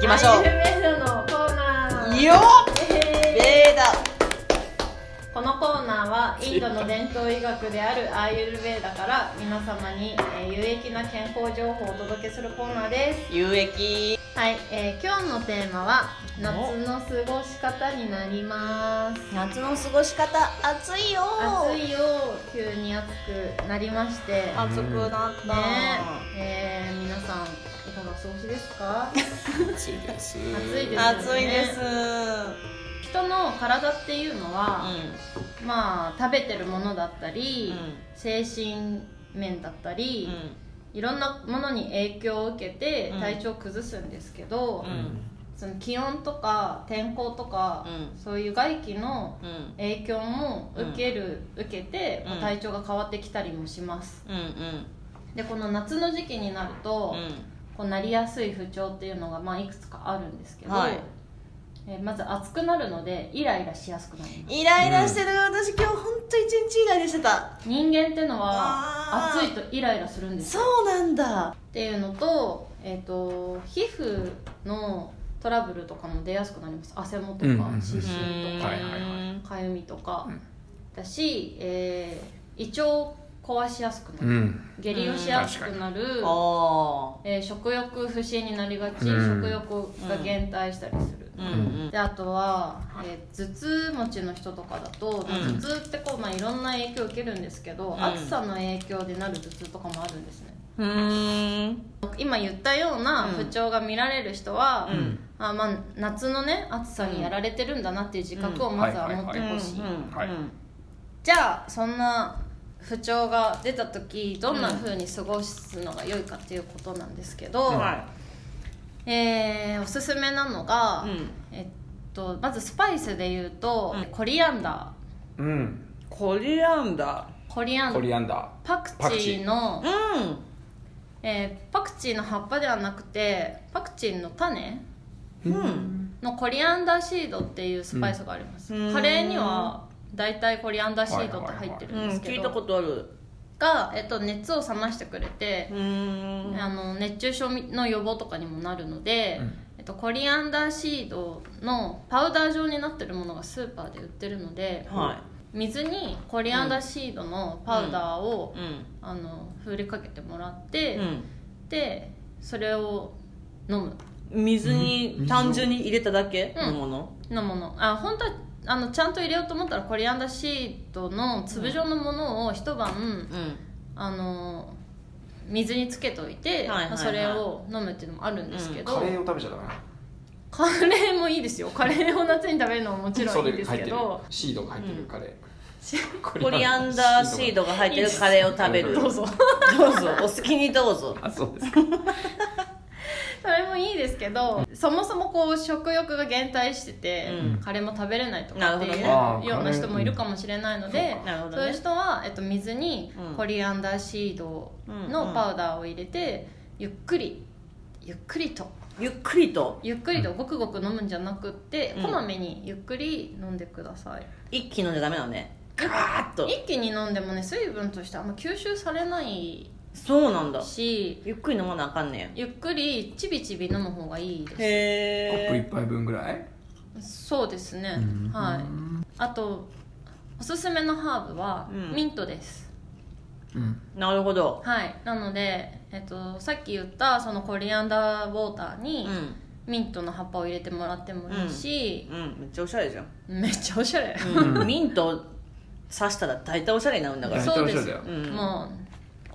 きましょアニメメイドのコーナうーよっえーベーダこのコーナーはインドの伝統医学であるアーユルベーダから皆様に、えー有益な健康情報をお届けするコーナーです有益はい、えー今日のテーマは夏の過ごし方になります夏の過ごし方暑いよ暑いよ急に暑くなりまして暑くなった、ねえー皆さんいかがお過ごしです か暑いです暑いです暑いです、人の体っていうのは、まあ食べてるものだったり、精神面だったり、いろんなものに影響を受けてうん体調を崩すんですけど、ううんその気温とか天候とか、そういう外気のうんうん影響も受ける、受けて、まあうん体調が変わってきたりもしますうんでこの夏の時期になると、うんこうなりやすい不調っていうのが、まあ、いくつかあるんですけど、はいえーまず暑くなるのでイライラしやすくなりますイライラしてる、私今日本当一日イライラしてた人間ってのはあ暑ーいとイライラするんですよそうなんだっていうのと,、えー、と皮膚のトラブルとかも出やすくなります汗もとうんうんうかん湿疹とかはいはいはかゆみとか、うんだし、えー胃腸を壊しやすくなうる、ん下痢をしやすくなる、あえー食欲不振になりがち、うん食欲が減退したりする、あうんであとは、えー頭痛持ちの人とかだと、うん頭痛ってこう、まあ、いろんな影響を受けるんですけど、ん暑さの影響でなる頭痛とかもあるんですねうんうん今言ったようなうん不調が見られる人は、うんあまあ、夏のね暑さにやられてるんだなっていう自覚をまずは持ってほしいはいじゃあそんな不調が出た時どんな風に過ごすのが良いかっていうことなんですけど、はえーおすすめなのが、いうんえっと、まずスパイスで言うと、うんコリアンダうんコリアンダーコリアンコリアンダパクパクチチーのーうんえーパクチーの葉っぱではなくてパクチーの種うんのコリアンダーシードっていうスパイスがあります、うんカレーには大体コリアンダーシードって入ってるんですけど、聞いたことあるが、えっと、熱を冷ましてくれて、うんあの熱中症の予防とかにもなるので、うんえっと、コリアンダーシードのパウダー状になってるものがスーパーで売ってるので、は水にコリアンダーシードのパウダーを、いうんあの振りかけてもらって、うんでそれを飲む水に単純に入れただけうのんもののものあ本当はあのちゃんと入れようと思ったらコリアンダーシードの粒状のものを一晩、うんあの水につけておいはて、いはいはいまあそれを飲むっていうのもあるんですけーど、カレーを食べちゃダメなカレーもいいですよカレーを夏に食べるのももちろそんいれいです入けってるどシードが入ってるカレー、コリアンダーシードが入ってるカレーを食べるいいどどううぞぞお好きにどうぞあそうですかそれもいいですけどそもそもこう食欲が減退してて、うんカレーも食べれないとかっていうなるほどねような人もいるかもしれないので、なるほどそういうね人は、えっと、水にうんコリアンダーシードうんうのんパウダーを入れて、ゆっくりゆっくりとゆっくりとゆっくりとごくごく飲むんじゃなくって、うんこまめにゆっくり飲んでください一気に飲んじゃダメなのねガーッと一気に飲んでもね水分としてあんま吸収されないそうなんだしゆっくり飲まなあかんねゆっくりちびちび飲む方がいいでんすへコップ一え杯分ぐらいそうですね、はいあとおすすめのハーブはうんミントです、うんなるほどはいなので、えっと、さっき言ったそのコリアンダーウォーターうにんミントの葉っぱを入れてもらってもいいし、うんめっちゃおしゃれじゃんめっちゃおしゃれ、うんミント刺したら大体おしゃれになるんだからそうです大体おしゃれだうよんもう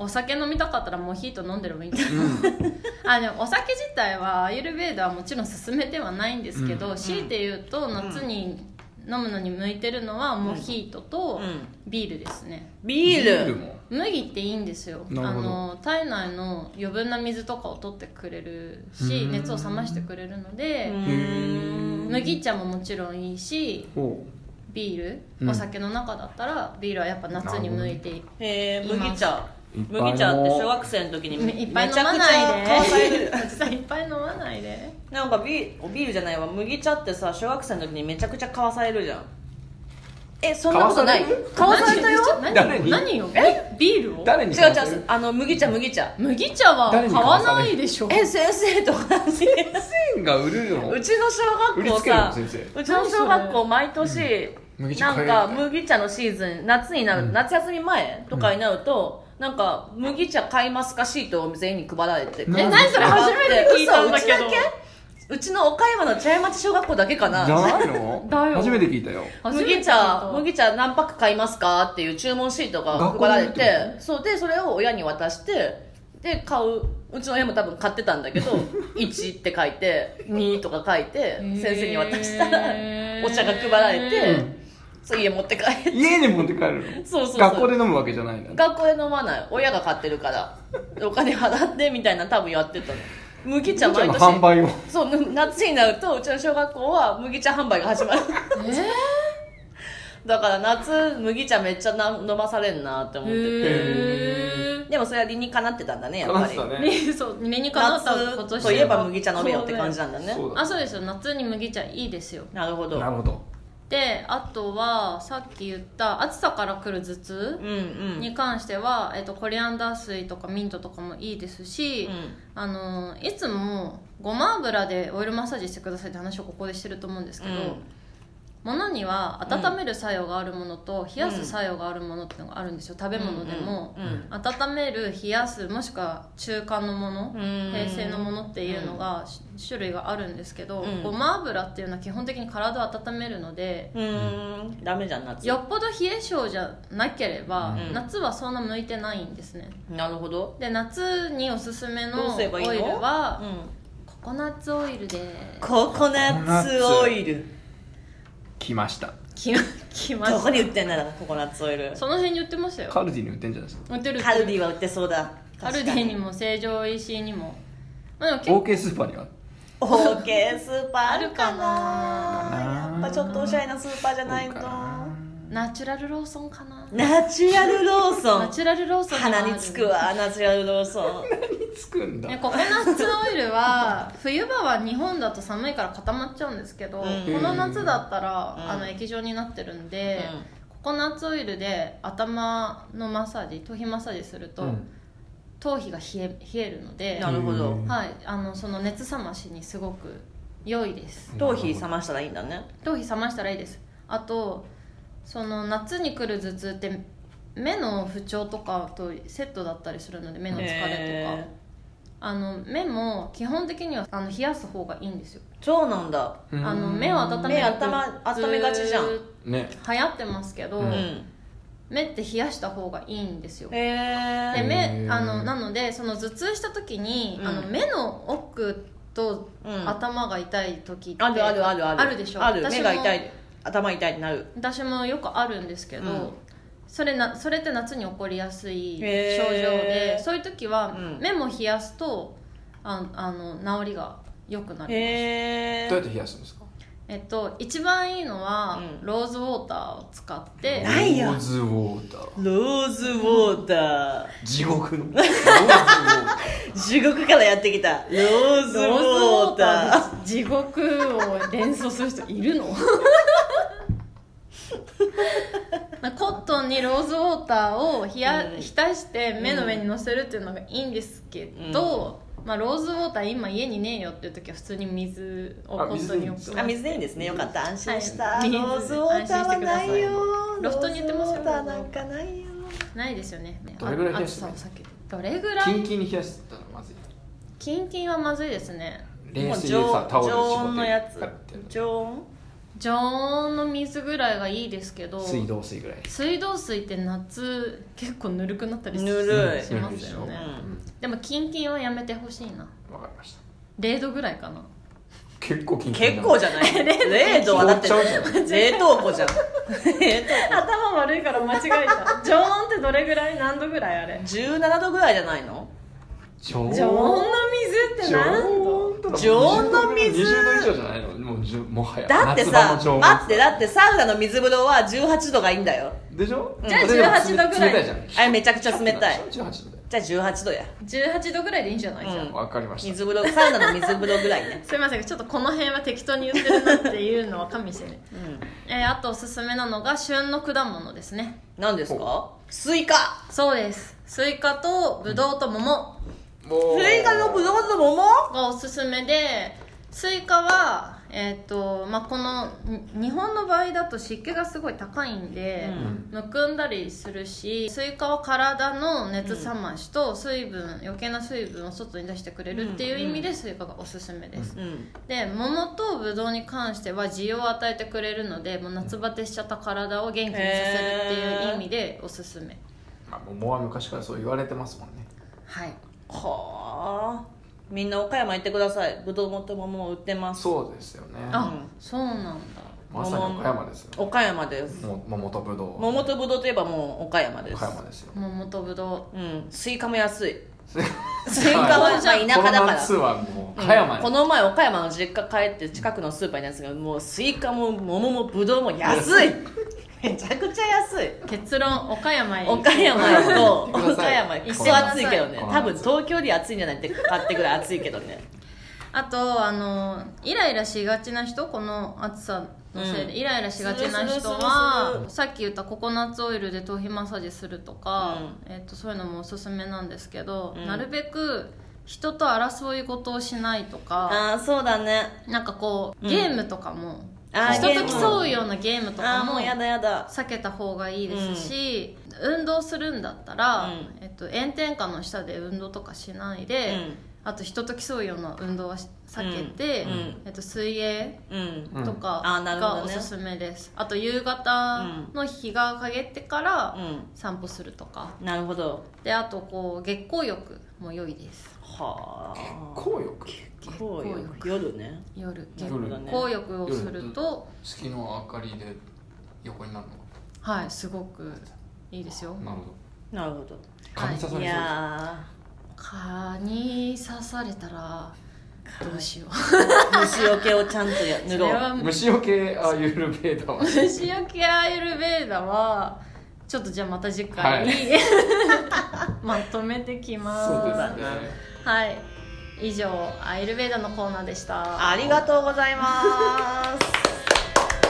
お酒飲みたかったらモヒート飲んでればいいんじゃない、 あでもお酒自体はアーユルベーダはもちろん勧めてはないんですけど、う強いて言うと夏に飲むのに向いてるのはモヒートとうんビールですねビールも麦っていいんですよあなるほどの体内の余分な水とかを取ってくれるしうん熱を冷ましてくれるうのでん麦茶ももちろんいいしおうビール、うんお酒の中だったらビールはやっぱ夏に向いていえー、麦茶いっぱい飲もう麦茶って小学生の時にいめっぱい飲めちゃまくちないゃ買わされでるおじさんいっぱい飲まないでなんかビービールじゃないわ麦茶ってさ小学生の時にめちゃくちゃ買わされるじゃんえそんなことない買わされたよ何誰に何よえビールを誰違うに買わせ違うるあの麦茶麦茶麦茶は買誰に買わわさなれるいでしょえ先生と同じにンが売るのうちの小売学り校つけるのさ先生うちの小学校毎年、麦茶な買んえかみたい麦茶のシーズン夏になる、うん夏休み前とかになると、なんか麦茶買いますかシートを全員に配られててなえ何それ初めて聞いたんだけど嘘うちだけうちの岡山の茶屋町小学校だけかじゃなないのだよ初めて聞いたよ麦茶麦茶何パック買いますかっていう注文シートが学校配にられ入っててるのそうでそれを親に渡してで買ううちの親も多分買ってたんだけ ど1って書いて2とか書いて先生に渡したらお茶が配られて、そう家持って帰って家に持って帰るのそうそうそう学校で飲むわけじゃないんだ学校で飲まない親が買ってるからお金払ってみたいな多分やってたの麦茶麦茶毎の年販売をそうぬ夏になるとうちの小学校は麦茶販売が始 まるだから夏麦茶めっちゃな飲まされんなって思ってて、えでもそれは理にかなってたんだねやっぱ話りしたねー そう理にかなった今年夏といえば麦茶飲めよって感じなんだねそうだあそうですよ夏に麦茶いいですよなるほどなるほどであとはさっき言った暑さから来る頭痛うんうんに関しては、えっと、コリアンダー水とかミントとかもいいですし、うんあのいつもごま油でオイルマッサージしてくださいって話をここでしてると思うんですけど、うん物には温める作用があるものと冷やす作用があるものっていうのがあるんですよ食べ物でも、うんうん温める冷やすもしくは中間のもの、うん平成のものっていうのが、し種類があるんですけど、うんごま油っていうのは基本的に体を温めるので、うーんダメじゃん夏よっぽど冷え性じゃなければ、うん夏はそんな向いてないんですねなるほどで夏におすすめどうのすオイれルばいいのはうんココナッツオイルでココナッツオイル来ましたききまどしこに売ってんだろうココナッツオイルたその辺に売ってましたよカルディに売ってんじゃないですか売ってるカルディは売ってそうだカルディにも成城石井にもまあでも OK スーパーにはオーケースーパーあるかあるかななやっぱちょっとおしゃれなスーパーじゃないとそうかなナチュラルローソンかなナチュラルローソナンチュラルローソンにもある鼻につくわナチュラルローソンつくんだねココナッツオイ ルは冬場は日本だと寒いから固まっちゃうんですけど、うんこの夏だったら、うんあの液状になってるんで、うんココナッツオイルで頭のマッサージ頭皮マッサージすると、頭皮が冷え冷えるので、なるほどうんはい、あのその熱冷ましにすごく良いです頭皮冷ましたらいいんだね頭皮冷ましたらいいですあとその夏に来る頭痛って目の不調とかとセットだったりするので目の疲れとか、へーあの目も基本的にはあの冷やす方がいいんですよ、そうなんだうんあの目を温め目ると頭温めがちじゃんずーっねと流行ってますけど、ううん目って冷やした方がいいんですよへえでー目へーあのなのでその頭痛した時に、うんあの目の奥とうん頭が痛い時って、あるあるあるあるあるでしょある私も目が痛い頭痛いってなる私もよくあるんですけど、うんそれなそれって夏に起こりやすい症状へでーそういう時はうん目も冷やすとああの治りが良くなる、へどうやっえて冷やすんですかえっと、一番いいのは、うんローズウォーターを使ってないよローズウォーターローズウォーター地獄の ローズウォータ地獄からやってきたローズウローズウォォーータターーで地獄を連想する人いる のコットンにローズウォーターを冷やうん浸して目の上にのせるっていうのがいいんですけど、まあ、ローズウォーター今家にねえよっていう時は普通に水をコットンに置くあ水でいいんですねよかった安心した、はいローズウォーターはないよロフトに売ってますローズウォーよターなんかないよないですよねどれぐらい冷やすあの暑さを避けてどれぐらーいキンキンに冷やしたらまずいキンキンはまずいですね冷水でもうさタオル常絞温のやつってやって常温常温の水ぐらいがいいですけど水道水ぐらい水道水って夏結構ぬるくなったりすぬるいしますようね、んでもキンキンはやめてほしいなうんわかりました0度ぐらいかな結構キンキン結構じじゃない 0度はだって凍っちゃうじ冷凍庫じゃん冷 頭悪いから間違え た常温ってどれぐらい何度ぐらいあれ凍庫17度ぐらいじゃないの常温水常温の水20度以上じゃないのもうじゅもはやだって夏場さの常温待ってだってサウナの水風呂は18度がいいんだよでしょじゃああでも18度ぐらい冷たいじゃんあれめちゃくちゃ冷たい18度だよじゃあ18度や18度ぐらいでいいんじゃないじゃあうんわかりました水風呂サウナの水風呂ぐらいねすいませんちょっとこの辺は適当に言ってるなっていうのは加味してね、うんえーあとおすすめなのが旬の果物ですね何ですかスイカそうですスイカとブドウと桃もうスイカのブドウと桃がおすすめでスイカは、えーとまあ、このに日本の場合だと湿気がすごい高いんで、うむんくんだりするしスイカは体の熱冷ましと水分、余計な水分を外に出してくれるっていう意味でスイカがおすすめです、うんで桃とブドウに関しては需要を与えてくれるのでもう夏バテしちゃった体を元気にさせるっていう意味でおすすめまあ桃は昔からそう言われてますもんねはいはあみんな岡山行ってくださいぶどうもと桃も売ってますそうですよねあ、うんそうなんだまさに岡山ですよ岡山ですも桃とぶどう桃とぶどうといえばもう岡山です岡山ですよ桃とぶどうんスイカも安いスイスイカはまあ田舎だこのから夏はもう岡山うんにこの前岡山の実家帰って近くのスーパーにあったんですけどもうスイカも桃もぶどうも安 いめちゃくちゃ安いう結論岡山へ行く岡山行こ行ってくうださ岡い山行く行っここてください暑いけどねこの夏多分東京より暑いんじゃないって買ってぐらい暑いけどねあとあのイライラしがちな人この暑さのせいで、うんイライラしがちなするするす人るはするさっき言ったココナッツオイルで頭皮マッサージするとか、えっとそういうのもおすすめなんですけど、うんなるべく人と争い事をしないとかああそうだねなんかこううんゲームとかも、あー人とゲーム競うようなゲームとあかあももうやだやだ避けた方がいいですし、運動するんだったら、うんえっと、炎天下の下で運動とかしないで、うんあと人と競うような運動はし避けて、うんうんえっと、水泳うんうんとかあーなるほがどおねすすめです、あと夕方の日が陰ってからう散歩するとかんなるほどであとこう月光浴も良いですはあ紅浴こうよ月夜ね夜な月るほどね光浴をすると、月の明かりで横になるのかはいすごくいいですよなるほどなるほど蚊に刺されそいうですや蚊に刺されたらどうしよう ー虫除けをちゃんとや塗そろれうは虫除けアーユルベーダは虫よけアーユルベーダはちょっとじゃあまた次回、は まとめてきますそうですねはい以上アーユルベーダのコーナーでしたありがとうございます